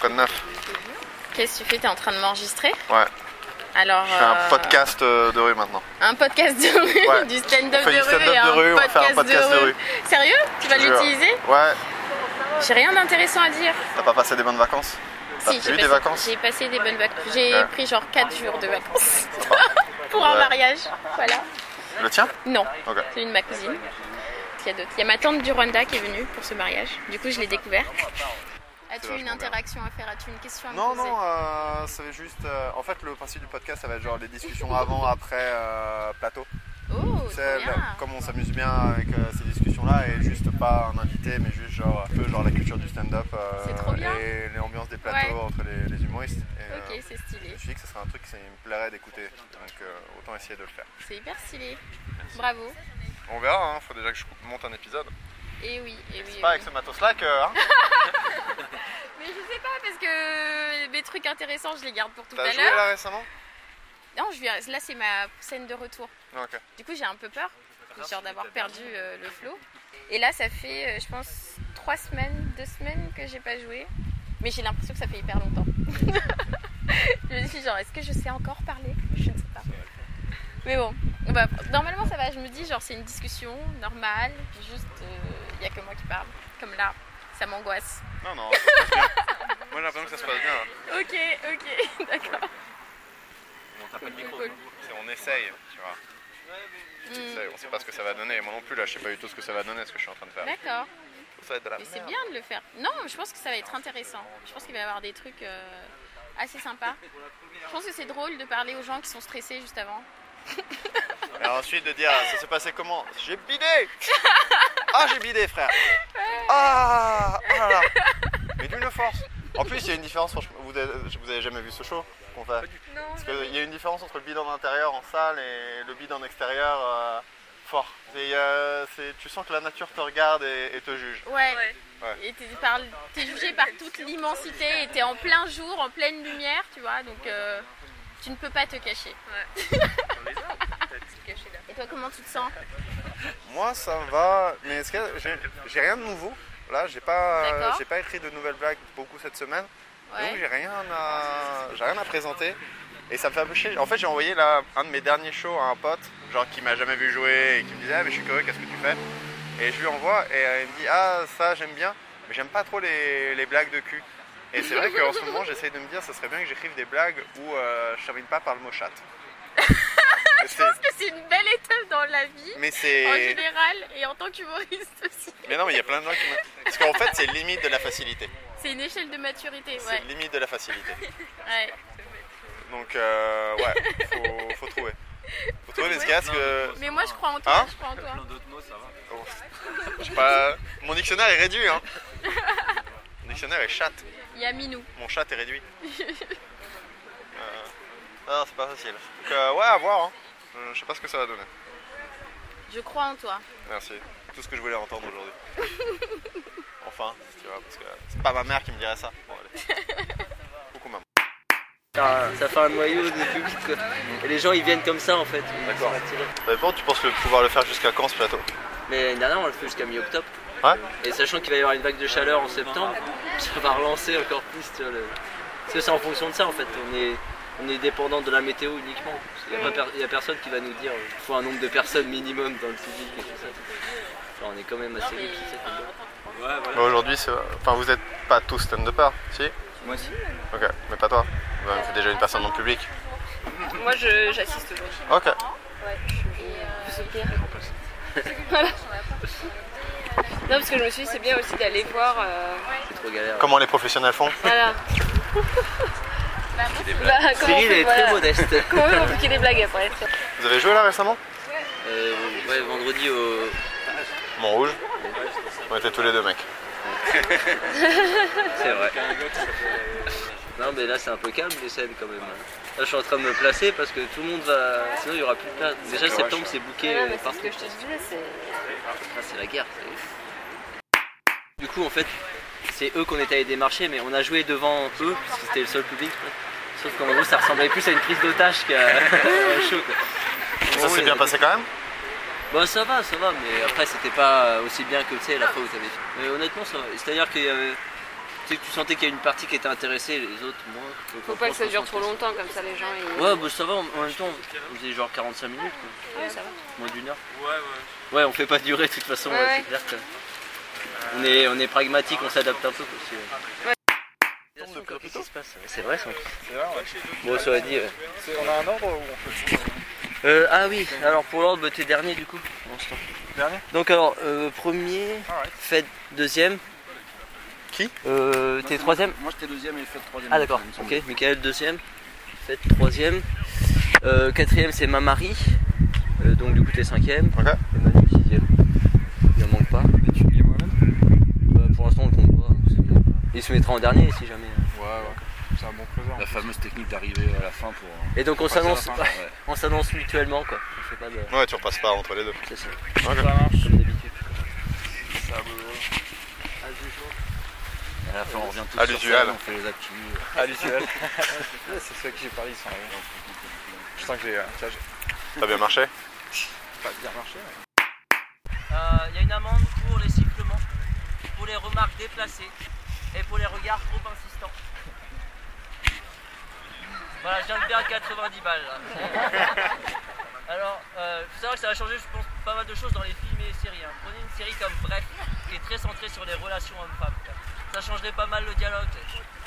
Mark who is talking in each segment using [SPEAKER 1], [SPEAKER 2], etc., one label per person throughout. [SPEAKER 1] quoi de neuf
[SPEAKER 2] Qu'est-ce que tu fais T'es en train de m'enregistrer
[SPEAKER 1] Ouais.
[SPEAKER 2] Alors,
[SPEAKER 1] Je fais un
[SPEAKER 2] euh,
[SPEAKER 1] podcast euh, de rue maintenant.
[SPEAKER 2] Un podcast de rue,
[SPEAKER 1] Ouais.
[SPEAKER 2] du
[SPEAKER 1] On
[SPEAKER 2] stand-up
[SPEAKER 1] fait
[SPEAKER 2] de,
[SPEAKER 1] du stand-up
[SPEAKER 2] rue et
[SPEAKER 1] de rue,
[SPEAKER 2] un
[SPEAKER 1] on va faire un
[SPEAKER 2] podcast,
[SPEAKER 1] podcast de rue.
[SPEAKER 2] Sérieux Tu vas
[SPEAKER 1] Je te jure.
[SPEAKER 2] l'utiliser
[SPEAKER 1] Ouais,
[SPEAKER 2] J'ai rien d'intéressant à dire.
[SPEAKER 1] t'as pas passé des bonnes vacances T'as
[SPEAKER 2] Si, j'ai
[SPEAKER 1] eu
[SPEAKER 2] passé-
[SPEAKER 1] des vacances
[SPEAKER 2] J'ai passé des bonnes vacances. J'ai
[SPEAKER 1] Ouais.
[SPEAKER 2] pris genre 4 jours de vacances pour un
[SPEAKER 1] Ouais.
[SPEAKER 2] mariage. Voilà.
[SPEAKER 1] Le tien
[SPEAKER 2] Non,
[SPEAKER 1] Ok.
[SPEAKER 2] celui de ma cousine. Qu'est-ce qu'il y a d'autre Il y a ma tante du Rwanda qui est venue pour ce mariage. Du coup, je l'ai découvert. As-tu
[SPEAKER 1] vachement
[SPEAKER 2] une
[SPEAKER 1] bien.
[SPEAKER 2] interaction à faire As-tu une question à me
[SPEAKER 1] Non,
[SPEAKER 2] poser
[SPEAKER 1] non, euh, ça va être juste. euh, en fait, le principe du podcast, ça va être genre les discussions avant, après, euh, plateau.
[SPEAKER 2] Oh,
[SPEAKER 1] Tu
[SPEAKER 2] trop
[SPEAKER 1] sais,
[SPEAKER 2] bien.
[SPEAKER 1] là, comme on s'amuse bien avec euh, ces discussions-là, et juste pas un invité, mais juste genre un peu genre la culture du stand-up euh,
[SPEAKER 2] C'est trop bien.
[SPEAKER 1] et l'ambiance des plateaux
[SPEAKER 2] Ouais.
[SPEAKER 1] entre les, les humoristes. Et, euh,
[SPEAKER 2] Ok, c'est
[SPEAKER 1] je
[SPEAKER 2] stylé.
[SPEAKER 1] me suis dit que ce serait un truc qui me plairait d'écouter, donc euh, autant essayer de le faire.
[SPEAKER 2] C'est hyper stylé. Bravo.
[SPEAKER 1] On verra, hein, faut déjà que je monte un épisode.
[SPEAKER 2] Et oui, et oui.
[SPEAKER 1] C'est
[SPEAKER 2] eh
[SPEAKER 1] pas
[SPEAKER 2] oui.
[SPEAKER 1] avec ce matos-là que. hein,
[SPEAKER 2] Mais je sais pas parce que mes trucs intéressants, je les garde pour tout
[SPEAKER 1] T'as
[SPEAKER 2] à
[SPEAKER 1] joué
[SPEAKER 2] l'heure.
[SPEAKER 1] là récemment
[SPEAKER 2] Non, je viens- là c'est ma scène de retour.
[SPEAKER 1] Non, ok.
[SPEAKER 2] Du coup, j'ai un peu peur, genre d'avoir perdu euh, le flow. Et là, ça fait, euh, je pense, trois semaines, deux semaines que j'ai pas joué. Mais j'ai l'impression que ça fait hyper longtemps. je me suis genre, est-ce que je sais encore parler Je ne sais pas. Mais bon, bah, normalement ça va. Je me dis, genre, c'est une discussion normale. Juste, il n'y a que moi qui parle. Comme là, ça m'angoisse.
[SPEAKER 1] Non, non, ça se passe bien. Moi j'ai l'impression que ça se passe bien. hein.
[SPEAKER 2] Ok, ok, d'accord.
[SPEAKER 1] On tape
[SPEAKER 2] Cool, cool.
[SPEAKER 1] C'est- On essaye, tu vois. On
[SPEAKER 2] Hmm,
[SPEAKER 1] essaye, On sait pas ce que ça va donner. Moi non plus, là, je sais pas du tout ce que ça va donner, ce que je suis en train de faire.
[SPEAKER 2] D'accord.
[SPEAKER 1] Ça va être de la
[SPEAKER 2] Mais c'est
[SPEAKER 1] Ah, merde.
[SPEAKER 2] bien de le faire. Non, je pense que ça va être intéressant. Je pense qu'il va y avoir des trucs euh, assez sympas. Je pense que c'est drôle de parler aux gens qui sont stressés juste avant.
[SPEAKER 1] Alors ensuite de dire, ça s'est passé comment J'ai bidé Ah, j'ai bidé, frère Ah, ah là là. Mais d'une force En plus, il y a une différence, franchement, vous avez, vous avez jamais vu ce show qu'on fait
[SPEAKER 2] Non.
[SPEAKER 1] Parce qu'il y a une différence entre le bide en intérieur, en salle, et le bide en extérieur, euh, fort. Et, euh, c'est- tu sens que la nature te regarde et, et te juge.
[SPEAKER 2] Ouais.
[SPEAKER 1] Ouais.
[SPEAKER 2] Et t'es, par- t'es jugé par toute l'immensité et t'es en plein jour, en pleine lumière, tu vois. Donc euh, tu ne peux pas te cacher. et toi, comment tu te sens
[SPEAKER 1] Moi, ça va, mais ce que- j'ai- j'ai rien de nouveau. Là, j'ai pas,
[SPEAKER 2] D'accord.
[SPEAKER 1] j'ai pas écrit de nouvelles blagues beaucoup cette semaine. Donc
[SPEAKER 2] Ouais.
[SPEAKER 1] j'ai rien à j'ai rien à présenter et ça me fait un peu chier. En fait, j'ai envoyé là un de mes derniers shows à un pote, genre qui m'a jamais vu jouer et qui me disait "Ah mais je suis curieux, qu'est-ce que tu fais Et je lui envoie et euh, il me dit "Ah ça, j'aime bien, mais j'aime pas trop les, les blagues de cul." Et c'est vrai qu'en ce moment, j'essaye de me dire ça serait bien que j'écrive des blagues où euh, je termine pas par le mot chat. Mais c'est-
[SPEAKER 2] Parce que c'est une belle étape dans la vie.
[SPEAKER 1] mais
[SPEAKER 2] En
[SPEAKER 1] c'est
[SPEAKER 2] général et en tant qu'humoriste aussi.
[SPEAKER 1] mais non, mais il y a plein de gens qui me parce qu'en fait, c'est limite de la facilité.
[SPEAKER 2] C'est une échelle de maturité,
[SPEAKER 1] C'est
[SPEAKER 2] ouais.
[SPEAKER 1] limite de la facilité.
[SPEAKER 2] ouais.
[SPEAKER 1] Donc euh, ouais, faut, faut trouver. Faut trouver les casques. euh,
[SPEAKER 2] Mais moi je crois en toi,
[SPEAKER 1] Hein
[SPEAKER 2] je crois en toi.
[SPEAKER 3] Plein d'autres mots, ça va.
[SPEAKER 1] Oh. J'ai pas- Mon dictionnaire est réduit. Hein. Mon dictionnaire est chat.
[SPEAKER 2] Il y a Minou.
[SPEAKER 1] Mon chat est réduit. Euh, Non, c'est pas facile. Donc, euh, ouais, à voir. hein. Je- Je sais pas ce que ça va donner.
[SPEAKER 2] Je crois en toi.
[SPEAKER 1] Merci. Tout ce que je voulais entendre aujourd'hui. Enfin, tu vois, parce que c'est pas ma mère qui me dirait ça. Bon, allez. Coucou maman.
[SPEAKER 3] Ça, fait un noyau de public. quoi. Et les gens ils viennent comme ça en fait. Ils
[SPEAKER 1] D'accord.
[SPEAKER 3] sont attirés.
[SPEAKER 1] Mais Bah, bon, tu penses que pouvoir le faire jusqu'à quand ce plateau
[SPEAKER 3] Mais l'année dernière on le fait jusqu'à mi-octobre.
[SPEAKER 1] Ouais
[SPEAKER 3] Et sachant qu'il va y avoir une vague de chaleur en septembre, ça va relancer encore plus. tu vois, le- Parce que c'est en fonction de ça en fait. On est, on est dépendant de la météo uniquement. Il n'y a, pas per- y a personne qui va nous dire euh, il faut un nombre de personnes minimum dans le public et tout ça. Enfin, on est quand même assez libre sur cette idée.
[SPEAKER 1] Mais Aujourd'hui, c'est- enfin, vous êtes pas tous stand-upers, si
[SPEAKER 3] Moi aussi.
[SPEAKER 1] Ok, mais pas toi. Bah, Vous êtes déjà une personne dans le public.
[SPEAKER 4] Moi, je- j'assiste aujourd'hui.
[SPEAKER 1] Ok.
[SPEAKER 4] Non, parce que je me suis dit, c'est bien aussi d'aller voir. euh,
[SPEAKER 3] C'est trop galère.
[SPEAKER 1] Comment les professionnels font
[SPEAKER 4] Voilà. Bah, comment on
[SPEAKER 3] Cyril
[SPEAKER 4] fait,
[SPEAKER 3] est
[SPEAKER 4] voilà.
[SPEAKER 3] très modeste.
[SPEAKER 4] Comment on fait pour piquer des blagues après
[SPEAKER 1] Vous avez joué là récemment
[SPEAKER 3] Euh, ouais, vendredi au,
[SPEAKER 1] Mon rouge. On était tous les deux mecs.
[SPEAKER 3] C'est vrai.
[SPEAKER 1] euh,
[SPEAKER 3] Non mais là c'est un peu calme les scènes quand même. hein. Là je suis en train de me placer parce que tout le monde va. Sinon il n'y aura plus de place. Déjà septembre c'est bouqué
[SPEAKER 4] Voilà, mais C'est
[SPEAKER 3] partout.
[SPEAKER 4] ce que je te disais, c'est.
[SPEAKER 3] Ah, c'est la guerre. c'est- Du coup en fait c'est eux qu'on est allé démarcher mais on a joué devant eux parce que c'était le seul public. quoi. Sauf qu'en gros ça ressemblait plus à une prise d'otage qu'à un show. quoi.
[SPEAKER 1] Et
[SPEAKER 3] En
[SPEAKER 1] ça
[SPEAKER 3] gros,
[SPEAKER 1] s'est
[SPEAKER 3] il y
[SPEAKER 1] bien
[SPEAKER 3] avait-
[SPEAKER 1] passé quand même
[SPEAKER 3] Bon Bah, ça va, ça va, euh, mais après c'était pas aussi bien que tu sais la fois où t'avais fait. Mais honnêtement ça va. C'est-à-dire qu'il y avait. tu sais que tu sentais qu'il y a une partie qui était intéressée et les autres moins. Donc,
[SPEAKER 4] Faut
[SPEAKER 3] on
[SPEAKER 4] pas que
[SPEAKER 3] pense
[SPEAKER 4] ça
[SPEAKER 3] qu'on
[SPEAKER 4] dure
[SPEAKER 3] se
[SPEAKER 4] trop
[SPEAKER 3] concentre.
[SPEAKER 4] longtemps, comme ça les gens ils.
[SPEAKER 3] Ouais, bah ça va, en en même temps, on faisait genre 45 minutes, quoi.
[SPEAKER 4] Ah Ouais, ça va.
[SPEAKER 3] moins d'une heure.
[SPEAKER 5] Ouais, ouais.
[SPEAKER 3] Ouais, on fait pas durer de toute façon,
[SPEAKER 4] Ouais,
[SPEAKER 3] euh,
[SPEAKER 4] ouais.
[SPEAKER 3] c'est clair que. On est, on est pragmatique, on s'adapte un peu. parce que-
[SPEAKER 4] Ouais.
[SPEAKER 3] Qu'est-ce qui se passe C'est vrai ça
[SPEAKER 1] C'est vrai, ouais.
[SPEAKER 3] Bon, ça dit. ouais.
[SPEAKER 1] C'est- On a un ordre où on peut.
[SPEAKER 3] Euh, ah oui, alors pour l'ordre, bah, t'es dernier du coup. pour l'instant.
[SPEAKER 1] Dernier
[SPEAKER 3] Donc alors, euh, premier,
[SPEAKER 1] Alright.
[SPEAKER 3] Fed deuxième.
[SPEAKER 1] Qui
[SPEAKER 3] euh, T'es troisième
[SPEAKER 6] Moi j'étais deuxième et Fred troisième.
[SPEAKER 3] Ah d'accord,
[SPEAKER 6] Il me semble.
[SPEAKER 3] ok. Michael deuxième, Fed troisième. Euh, quatrième c'est ma Marie. Euh, donc du coup t'es cinquième.
[SPEAKER 1] Ok.
[SPEAKER 3] Et Manu sixième. Il en manque pas. Bah, pour l'instant on le compte pas. parce que- Il se mettra en dernier si jamais. euh.
[SPEAKER 6] Ouais, ouais.
[SPEAKER 1] C'est un bon présent.
[SPEAKER 6] La fameuse technique d'arriver à la fin pour. euh,
[SPEAKER 3] Et donc on
[SPEAKER 6] passer à la
[SPEAKER 3] s'annonce
[SPEAKER 6] fin,
[SPEAKER 3] ouais,
[SPEAKER 6] ouais.
[SPEAKER 3] on s'annonce mutuellement quoi. On fait pas de.
[SPEAKER 1] Ouais, tu repasses pas entre les deux.
[SPEAKER 3] C'est ça.
[SPEAKER 1] Ok.
[SPEAKER 3] Comme d'habitude.
[SPEAKER 6] À la fin on revient tous
[SPEAKER 1] Ah,
[SPEAKER 6] sur
[SPEAKER 1] le dual.
[SPEAKER 6] scène, on fait les actus.
[SPEAKER 1] Habituel. c'est ceux que j'ai parlé, ils sont arrivés. Je sens que j'ai. Ça a bien marché Ça a bien marché.
[SPEAKER 7] Il Euh, y a une amende pour les sifflements, pour les remarques déplacées et pour les regards trop insistants. Voilà, je viens de perdre 90 balles. là. Alors, euh, faut savoir que ça va changer, je pense, pas mal de choses dans les films et les séries. hein. Prenez une série comme Bref, qui est très centrée sur les relations hommes-femmes. Ça changerait pas mal le dialogue.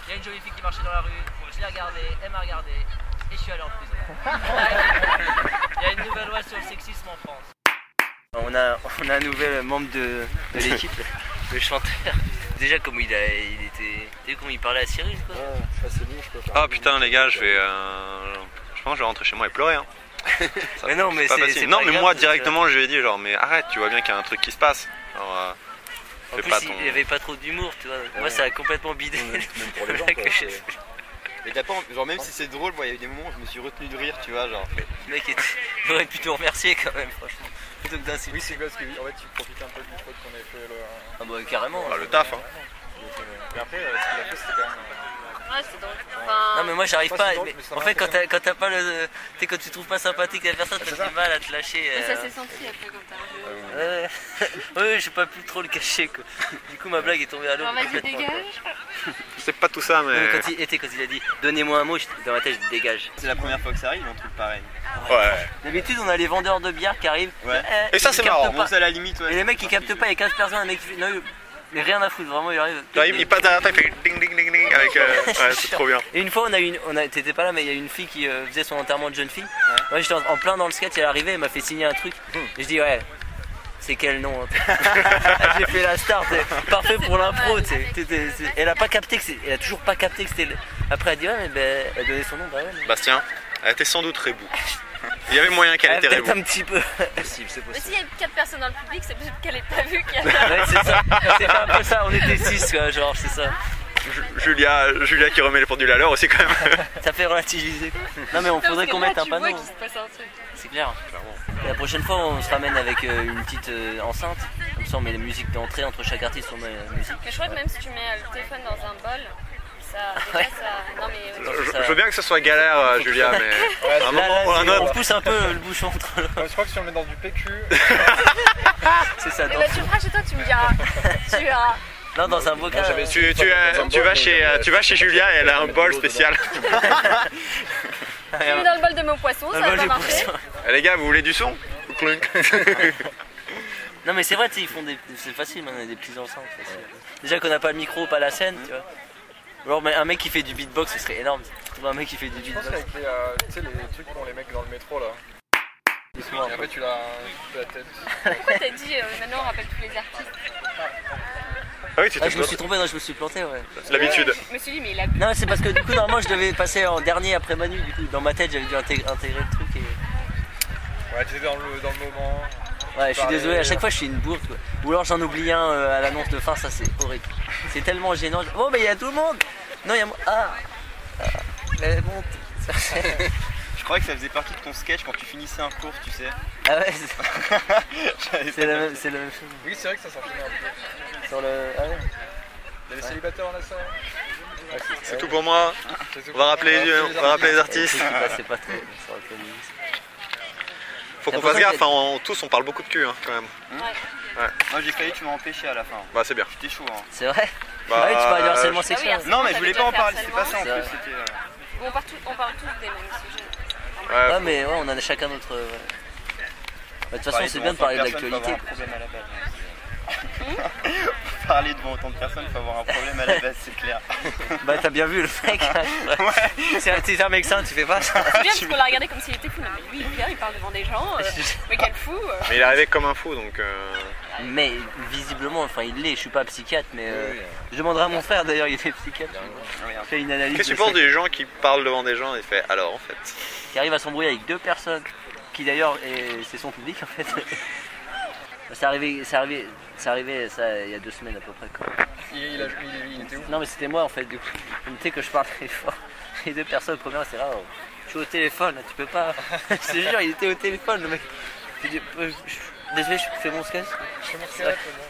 [SPEAKER 7] Il y a une jolie fille qui marchait dans la rue, je l'ai regardée, elle m'a regardé, et je suis allé en prison. Il y a une nouvelle loi sur le sexisme en France.
[SPEAKER 3] On a, on a un nouvel membre de, de l'équipe, le chanteur. Déjà, comme il, a, il était. T'as vu comment il parlait à Cyril quoi
[SPEAKER 1] Ah putain, les gars, je vais. euh, Je pense que je vais rentrer chez moi et pleurer. Hein. Ça-
[SPEAKER 3] Mais non, mais
[SPEAKER 1] pas
[SPEAKER 3] c'est-
[SPEAKER 1] facile.
[SPEAKER 3] c'est
[SPEAKER 1] Non,
[SPEAKER 3] pas
[SPEAKER 1] mais
[SPEAKER 3] grave,
[SPEAKER 1] moi
[SPEAKER 3] c'est-
[SPEAKER 1] directement, je lui ai dit, genre, mais arrête, tu vois bien qu'il y a un truc qui se passe. Genre, euh,
[SPEAKER 3] En
[SPEAKER 1] fais
[SPEAKER 3] plus,
[SPEAKER 1] pas
[SPEAKER 3] il-
[SPEAKER 1] ton-
[SPEAKER 3] il avait pas trop d'humour, tu vois. Moi, ça a complètement bidé.
[SPEAKER 8] même pour les gens.
[SPEAKER 3] mec,
[SPEAKER 8] Quoi.
[SPEAKER 3] je-
[SPEAKER 8] Mais t'as pas envie- genre même si c'est drôle, moi il y a eu des moments où je me suis retenu de rire, tu vois, genre.
[SPEAKER 3] le mec était... il aurait pu te remercier quand même, franchement. Plutôt que d'insulter.
[SPEAKER 8] Oui c'est quoi parce que en fait tu profites un peu du fait qu'on avait fait le.
[SPEAKER 3] Ah, bah, carrément.
[SPEAKER 1] bah, le taf, hein.
[SPEAKER 8] Et après euh, ce qu'il a fait c'était quand même. euh,
[SPEAKER 4] Ouais, c'est drôle. Enfin,
[SPEAKER 3] Non, mais moi, j'arrive
[SPEAKER 8] Pas
[SPEAKER 3] pas.
[SPEAKER 8] si drôle,
[SPEAKER 3] mais-
[SPEAKER 8] mais ça
[SPEAKER 3] en
[SPEAKER 8] m'a
[SPEAKER 3] fait,
[SPEAKER 8] fait
[SPEAKER 3] quand
[SPEAKER 8] rire.
[SPEAKER 3] t'as quand t'as pas le. Tu sais, quand tu trouves pas sympathique la personne, t'as du mal à te lâcher.
[SPEAKER 2] Mais ça
[SPEAKER 3] euh.
[SPEAKER 2] s'est senti après quand t'as arrivé.
[SPEAKER 3] Ouais, ouais, j'ai pas pu trop le cacher quoi. Du coup, ma blague est tombée à l'eau.
[SPEAKER 2] Genre, vas-y,
[SPEAKER 3] complètement, quoi.
[SPEAKER 2] dégage.
[SPEAKER 1] C'est pas tout ça, mais.
[SPEAKER 3] Mais Quand il, et t'sais, quand il a dit donnez-moi un mot, j'étais- dans ma tête je dégage.
[SPEAKER 8] C'est la première fois que ça arrive, un truc pareil.
[SPEAKER 1] Ouais.
[SPEAKER 3] D'habitude on a les vendeurs de bière qui arrivent.
[SPEAKER 8] Ouais.
[SPEAKER 3] Euh,
[SPEAKER 1] Et ça,
[SPEAKER 3] ils
[SPEAKER 1] c'est
[SPEAKER 3] captent
[SPEAKER 1] marrant,
[SPEAKER 3] pas.
[SPEAKER 8] Bon c'est à la limite ouais.
[SPEAKER 3] Et les mecs qui captent pas, il y a 15 personnes, le mec qui fait non, il- rien à foutre, vraiment il arrive.
[SPEAKER 1] Là, il il passe derrière toi, il fait ding ding ding ding avec. euh, Ouais, c'est trop bien.
[SPEAKER 3] Et une fois on a eu une, on a, t'étais pas là mais il y a eu une fille qui euh, faisait son enterrement de jeune fille. Moi j'étais en, en plein dans le skate, elle est arrivée, elle m'a fait signer un truc. Et je dis ouais. C'est quel nom hein. J'ai fait la star, t'sais. parfait pour l'impro. t'sais. T'es- t'es- c'est- Elle a pas capté que c'est- elle a toujours pas capté que c'était. le- Après elle a dit ouais mais ben, elle donnait son nom, bah ouais. mais-
[SPEAKER 1] Bastien, elle était sans doute rebou. Il y avait moyen qu'elle
[SPEAKER 3] Ah,
[SPEAKER 1] était
[SPEAKER 3] Peut-être
[SPEAKER 1] rebou.
[SPEAKER 3] un petit peu.
[SPEAKER 6] Possible, c'est
[SPEAKER 2] Mais
[SPEAKER 6] possible.
[SPEAKER 2] s'il y a 4 personnes dans le public, c'est peut-être qu'elle est pas vue qu'il y a.
[SPEAKER 3] Ouais, c'est ça. C'était un peu ça, on était 6 quoi, genre, c'est ça.
[SPEAKER 1] Ju- Julia, Julia qui remet les pendules à l'heure aussi, quand même.
[SPEAKER 3] Ça fait relativiser. Non, mais on faudrait qu'on mette un panneau,
[SPEAKER 4] Tu vois qu'il se passe un truc.
[SPEAKER 3] c'est clair. Et La prochaine fois, on se ramène avec euh, une petite euh, enceinte. Comme ça, on met les musiques d'entrée entre chaque artiste, on met la musique.
[SPEAKER 2] Mais je crois que même si tu mets euh, le téléphone dans un bol, ça. déjà, ça... Non, mais.
[SPEAKER 3] Ah,
[SPEAKER 1] Je, je veux bien que ce soit galère, euh, Julia, mais. un
[SPEAKER 3] Là, là,
[SPEAKER 1] moment ou
[SPEAKER 8] Oh,
[SPEAKER 1] un
[SPEAKER 3] c'est- on
[SPEAKER 1] autre.
[SPEAKER 3] pousse un peu euh, le bouchon entre l'autre.
[SPEAKER 8] Ah, Je crois que si on le met dans du PQ,
[SPEAKER 3] C'est ça,
[SPEAKER 2] Et
[SPEAKER 3] dans,
[SPEAKER 2] bah, tu le feras chez toi, tu me diras. tu verras.
[SPEAKER 3] non, dans un bocal.
[SPEAKER 8] j'avais
[SPEAKER 3] euh,
[SPEAKER 1] Tu, tu, euh, tu vas chez, euh, tu vas chez Julia et elle a un bol spécial.
[SPEAKER 2] Tu mets dans le bol de mon poisson,
[SPEAKER 3] dans
[SPEAKER 2] ça
[SPEAKER 3] le
[SPEAKER 2] va
[SPEAKER 3] bol
[SPEAKER 2] pas
[SPEAKER 3] du
[SPEAKER 2] marcher.
[SPEAKER 3] poisson.
[SPEAKER 1] Eh, les gars, vous voulez du son Clunk.
[SPEAKER 3] Non, mais c'est vrai, tu sais, ils font des. C'est facile, maintenant, il y a des petites enceintes. facile. Déjà qu'on n'a pas le micro, pas la scène, tu vois. Genre, mais un mec qui fait du beatbox, ce serait énorme. Trouver un mec qui fait du
[SPEAKER 8] je pense
[SPEAKER 3] beatbox.
[SPEAKER 8] qu'avec les, euh, tu sais, les trucs qu'ont les mecs dans le métro là. Et après tu l'as tu fais la tête.
[SPEAKER 2] Pourquoi t'as dit euh, maintenant on rappelle tous les artistes
[SPEAKER 1] Ah oui, tu
[SPEAKER 3] Ah, je me suis
[SPEAKER 1] t'es
[SPEAKER 3] trompé, non, je me suis planté, ouais.
[SPEAKER 1] l'habitude.
[SPEAKER 2] Je me suis dit, mais il a.
[SPEAKER 3] Non, c'est parce que du coup, normalement, je devais passer en dernier après Manu. Du coup, dans ma tête, j'avais dû intég- intégrer le truc. Et...
[SPEAKER 8] Ouais, tu es dans le, dans le moment.
[SPEAKER 3] Ouais, je suis désolé, à chaque fois, je suis une bourde. quoi. Ou alors, j'en oublie un euh, à l'annonce de fin, ça c'est horrible. C'est tellement gênant. Je- Oh, mais il y a tout le monde Non, il y a moi. Ah, Ah. Mais bon. t-
[SPEAKER 8] Je croyais que ça faisait partie de ton sketch quand tu finissais un cours, tu sais.
[SPEAKER 3] ah ouais, c'est- c'est la, même- c'est la même chose.
[SPEAKER 8] Oui, c'est vrai que ça sortait un peu.
[SPEAKER 3] Sur le. Ah ouais.
[SPEAKER 8] Il y a des célibataires dans la salle.
[SPEAKER 1] C'est tout pour moi. On va rappeler, les- on va rappeler les
[SPEAKER 3] Et le truc
[SPEAKER 1] artistes.
[SPEAKER 3] qui passait pas trop. ça aurait été mieux.
[SPEAKER 1] Faut qu'on
[SPEAKER 3] T'as
[SPEAKER 1] fasse
[SPEAKER 3] pas
[SPEAKER 1] gaffe,
[SPEAKER 3] fait-
[SPEAKER 1] hein, on- tous on parle beaucoup de cul hein, quand même.
[SPEAKER 8] Moi j'ai failli, tu m'as empêché à la fin.
[SPEAKER 1] Bah c'est bien.
[SPEAKER 8] J'étais chaud. Hein.
[SPEAKER 3] C'est vrai
[SPEAKER 1] Bah,
[SPEAKER 3] Ah oui, tu parlais de harcèlement
[SPEAKER 1] euh,
[SPEAKER 2] Ah oui,
[SPEAKER 3] sexuel.
[SPEAKER 1] Non, mais je voulais
[SPEAKER 2] avec
[SPEAKER 1] pas en
[SPEAKER 2] le
[SPEAKER 1] parler, c'est pas ça en
[SPEAKER 2] harcèlement.
[SPEAKER 1] plus.
[SPEAKER 3] Ça-
[SPEAKER 1] c'était, euh,
[SPEAKER 2] On parle, tous, on parle tous des mêmes sujets.
[SPEAKER 1] ouais,
[SPEAKER 3] Ouais, Ah, mais ouais, on en a chacun notre. euh, ouais. Bah, De toute façon, c'est bien de parler de l'actualité.
[SPEAKER 1] Parler devant autant de personnes, faut avoir un problème à la base, c'est clair.
[SPEAKER 3] Bah, t'as bien vu le mec. Ouais. C'est un petit mec ça, tu fais pas ça.
[SPEAKER 4] C'est bien parce qu'on l'a regardé comme s'il était fou. Non, mais lui, il vient, il parle devant des gens. euh, mais quel fou euh.
[SPEAKER 1] Mais il est arrivé comme un fou, donc. euh,
[SPEAKER 3] Mais visiblement, enfin, il l'est. Je suis pas psychiatre, mais euh, je demanderai à mon frère d'ailleurs, il est psychiatre. Il fait une analyse.
[SPEAKER 1] Qu'est-ce que tu
[SPEAKER 3] de
[SPEAKER 1] penses
[SPEAKER 3] ça.
[SPEAKER 1] des gens qui parlent devant des gens et fait alors en fait
[SPEAKER 3] Qui arrive à s'embrouiller avec deux personnes, qui d'ailleurs, est- c'est son public en fait. C'est arrivé, c'est arrivé, c'est arrivé ça il y a deux semaines à peu près. quoi.
[SPEAKER 8] Il, il a- il- il était où
[SPEAKER 3] Non mais c'était moi en fait du coup. Tu sais que je parle très fort. Les deux personnes première c'est là. Je suis au téléphone, là, tu peux pas. je te jure, il était au téléphone le mec. Je dis, euh, je- Désolé, je fais mon sketch.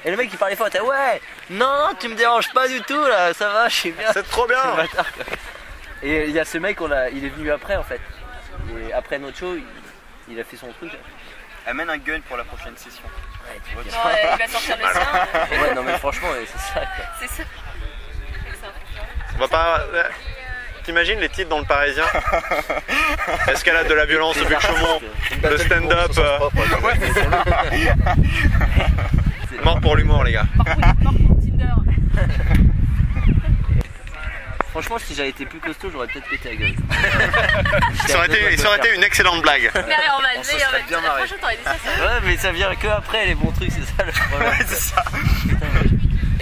[SPEAKER 3] Et le mec il parlait fort, t'as ouais Non non tu me déranges pas du tout là, ça va, je suis bien.
[SPEAKER 1] C'est trop
[SPEAKER 3] C'est le
[SPEAKER 1] bien
[SPEAKER 3] bâtard, quoi. Et il y a ce mec, on l'a- il est venu après en fait. Et après notre show, il, il a fait son truc.
[SPEAKER 1] Amène un gun pour la prochaine session.
[SPEAKER 4] Genre, euh, il va sortir le sien. euh,
[SPEAKER 3] Ouais, non mais franchement, ouais, c'est ça. quoi.
[SPEAKER 4] C'est ça.
[SPEAKER 1] On va pas. euh, T'imagines les titres dans le parisien Escalade de la violence,
[SPEAKER 3] Des
[SPEAKER 1] vu le
[SPEAKER 3] artistes,
[SPEAKER 1] chaumont,
[SPEAKER 3] euh,
[SPEAKER 1] le stand-up, euh,
[SPEAKER 3] c'est-
[SPEAKER 1] mort pour l'humour les gars.
[SPEAKER 3] Franchement, si j'avais été plus costaud, j'aurais peut-être pété la gueule.
[SPEAKER 1] Ça aurait été, ça aurait été une excellente blague.
[SPEAKER 4] Mais on va
[SPEAKER 6] se serait bien marré.
[SPEAKER 4] Franchement, t'aurais dit ça, ça.
[SPEAKER 3] Ouais, mais ça vient que après les bons trucs, c'est ça le problème.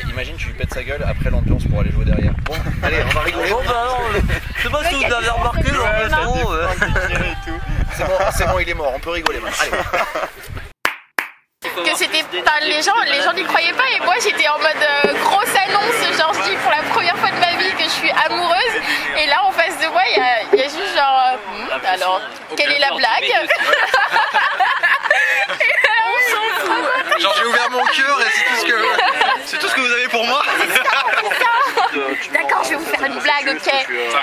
[SPEAKER 6] Imagine, tu lui pètes sa gueule après l'ambiance pour aller jouer derrière. Bon, allez, on va rigoler.
[SPEAKER 3] Bon, bah non, le- je sais pas si vous avez remarqué, mais en fait, bon, euh,
[SPEAKER 6] C'est bon, c'est bon, il est mort, on peut rigoler maintenant. Allez.
[SPEAKER 2] Que c'était pas les gens, les gens n'y croyaient pas et moi j'étais en mode euh, grosse annonce, genre je dis pour la première fois de ma vie que je suis amoureuse et là en face de moi il y a, il y a juste genre euh, Hmm, alors quelle est la blague
[SPEAKER 1] Genre j'ai ouvert mon cœur et c'est tout ce que, c'est tout ce que vous avez pour moi.
[SPEAKER 2] D'accord je vais vous faire une blague ok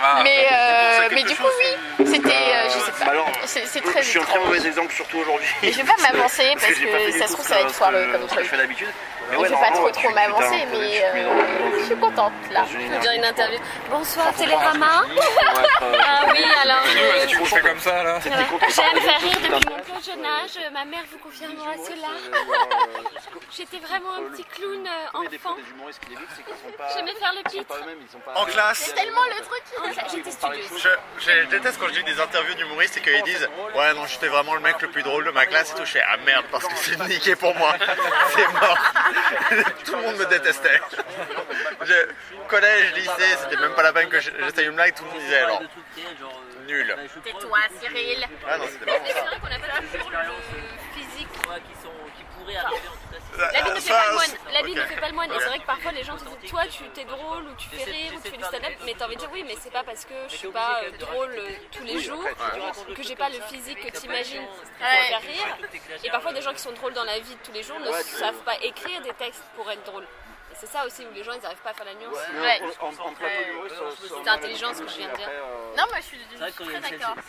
[SPEAKER 8] Ah,
[SPEAKER 2] mais euh, mais du coup oui c'était euh, je sais pas c'est c'est très
[SPEAKER 5] Je suis un très
[SPEAKER 2] étrange.
[SPEAKER 5] mauvais exemple, surtout aujourd'hui.
[SPEAKER 2] Et je vais pas m'avancer parce
[SPEAKER 5] j'ai pas fait
[SPEAKER 2] que
[SPEAKER 5] du
[SPEAKER 2] ça
[SPEAKER 5] tout
[SPEAKER 2] se trouve
[SPEAKER 5] ce
[SPEAKER 2] ça va
[SPEAKER 5] que-
[SPEAKER 2] être foireux
[SPEAKER 5] ce que-
[SPEAKER 2] comme
[SPEAKER 5] ce que
[SPEAKER 2] truc.
[SPEAKER 5] je fais d'habitude. Mais
[SPEAKER 2] Je
[SPEAKER 5] ouais,
[SPEAKER 2] vais pas trop
[SPEAKER 5] normalement,
[SPEAKER 2] trop
[SPEAKER 5] tu- putain,
[SPEAKER 2] m'avancer,
[SPEAKER 5] on
[SPEAKER 2] mais
[SPEAKER 5] est- tu mets dans-
[SPEAKER 2] euh, je suis contente là.
[SPEAKER 5] dans une
[SPEAKER 4] Je veux dire une
[SPEAKER 5] énergie,
[SPEAKER 4] interview. Bonsoir Télérama. Ah oui, alors. euh,
[SPEAKER 8] Tu fais comme ça là
[SPEAKER 5] quoi. T'es content de
[SPEAKER 9] Ça me
[SPEAKER 5] parler
[SPEAKER 9] fait rire depuis mon plus jeune âge, ma mère vous confirmera cela. J'étais vraiment un petit clown euh,
[SPEAKER 5] des- des
[SPEAKER 9] enfant.
[SPEAKER 5] fois, des humoristes, ce qui les vexent, c'est qu'ils sont pas-
[SPEAKER 9] J'aimais faire le
[SPEAKER 5] ils sont
[SPEAKER 9] pitre.
[SPEAKER 5] pas eux-mêmes, ils sont pas-
[SPEAKER 1] En classe.
[SPEAKER 2] Tellement le truc
[SPEAKER 9] J'étais studieuse.
[SPEAKER 1] Je, je déteste quand je lis des interviews d'humoristes et qu'ils disent Ouais, non, j'étais vraiment le mec le plus drôle de ma classe et tout. Je fais Ah merde, parce que c'est niqué pour moi. C'est mort. tout le monde me détestait. Je- collège, lycée, c'était même pas la peine que je- j'essaye une blague, tout le monde disait alors. Nul.
[SPEAKER 2] Tais-toi, Cyril.
[SPEAKER 1] Ah non, c'était marrant ça.
[SPEAKER 4] qu'on appelle toujours le physique.
[SPEAKER 7] qui, sont, qui pourraient arriver en tout cas. si-
[SPEAKER 1] La
[SPEAKER 4] La vie ne fait pas le moine. La vie ne
[SPEAKER 1] Ok.
[SPEAKER 4] fait pas le moine. Et
[SPEAKER 1] Ouais.
[SPEAKER 4] c'est vrai que parfois les gens te disent Toi, tu t'es drôle ou tu fais
[SPEAKER 7] J'essaie-
[SPEAKER 4] rire ou tu
[SPEAKER 7] j'essaie de
[SPEAKER 4] fais du
[SPEAKER 7] faire des
[SPEAKER 4] stand-up.
[SPEAKER 7] trucs
[SPEAKER 4] Mais t'as envie de dire Oui, mais c'est pas parce que je suis pas euh, drôle euh, tous les jours que j'ai pas le physique que t'imagines pour faire rire. Et parfois des gens qui sont drôles dans la vie de tous les jours ne savent pas écrire des textes pour être drôles. Et c'est ça aussi où les gens ils n'arrivent pas à faire la nuance.
[SPEAKER 5] Ouais,
[SPEAKER 2] Ouais.
[SPEAKER 5] en- en- en plateau d'humoriste, ça- ça-
[SPEAKER 4] C'est intelligent ce que je viens de dire.
[SPEAKER 5] après, euh,
[SPEAKER 2] Non, moi je suis
[SPEAKER 3] vrai qu'on est
[SPEAKER 2] très
[SPEAKER 3] une
[SPEAKER 2] d'accord.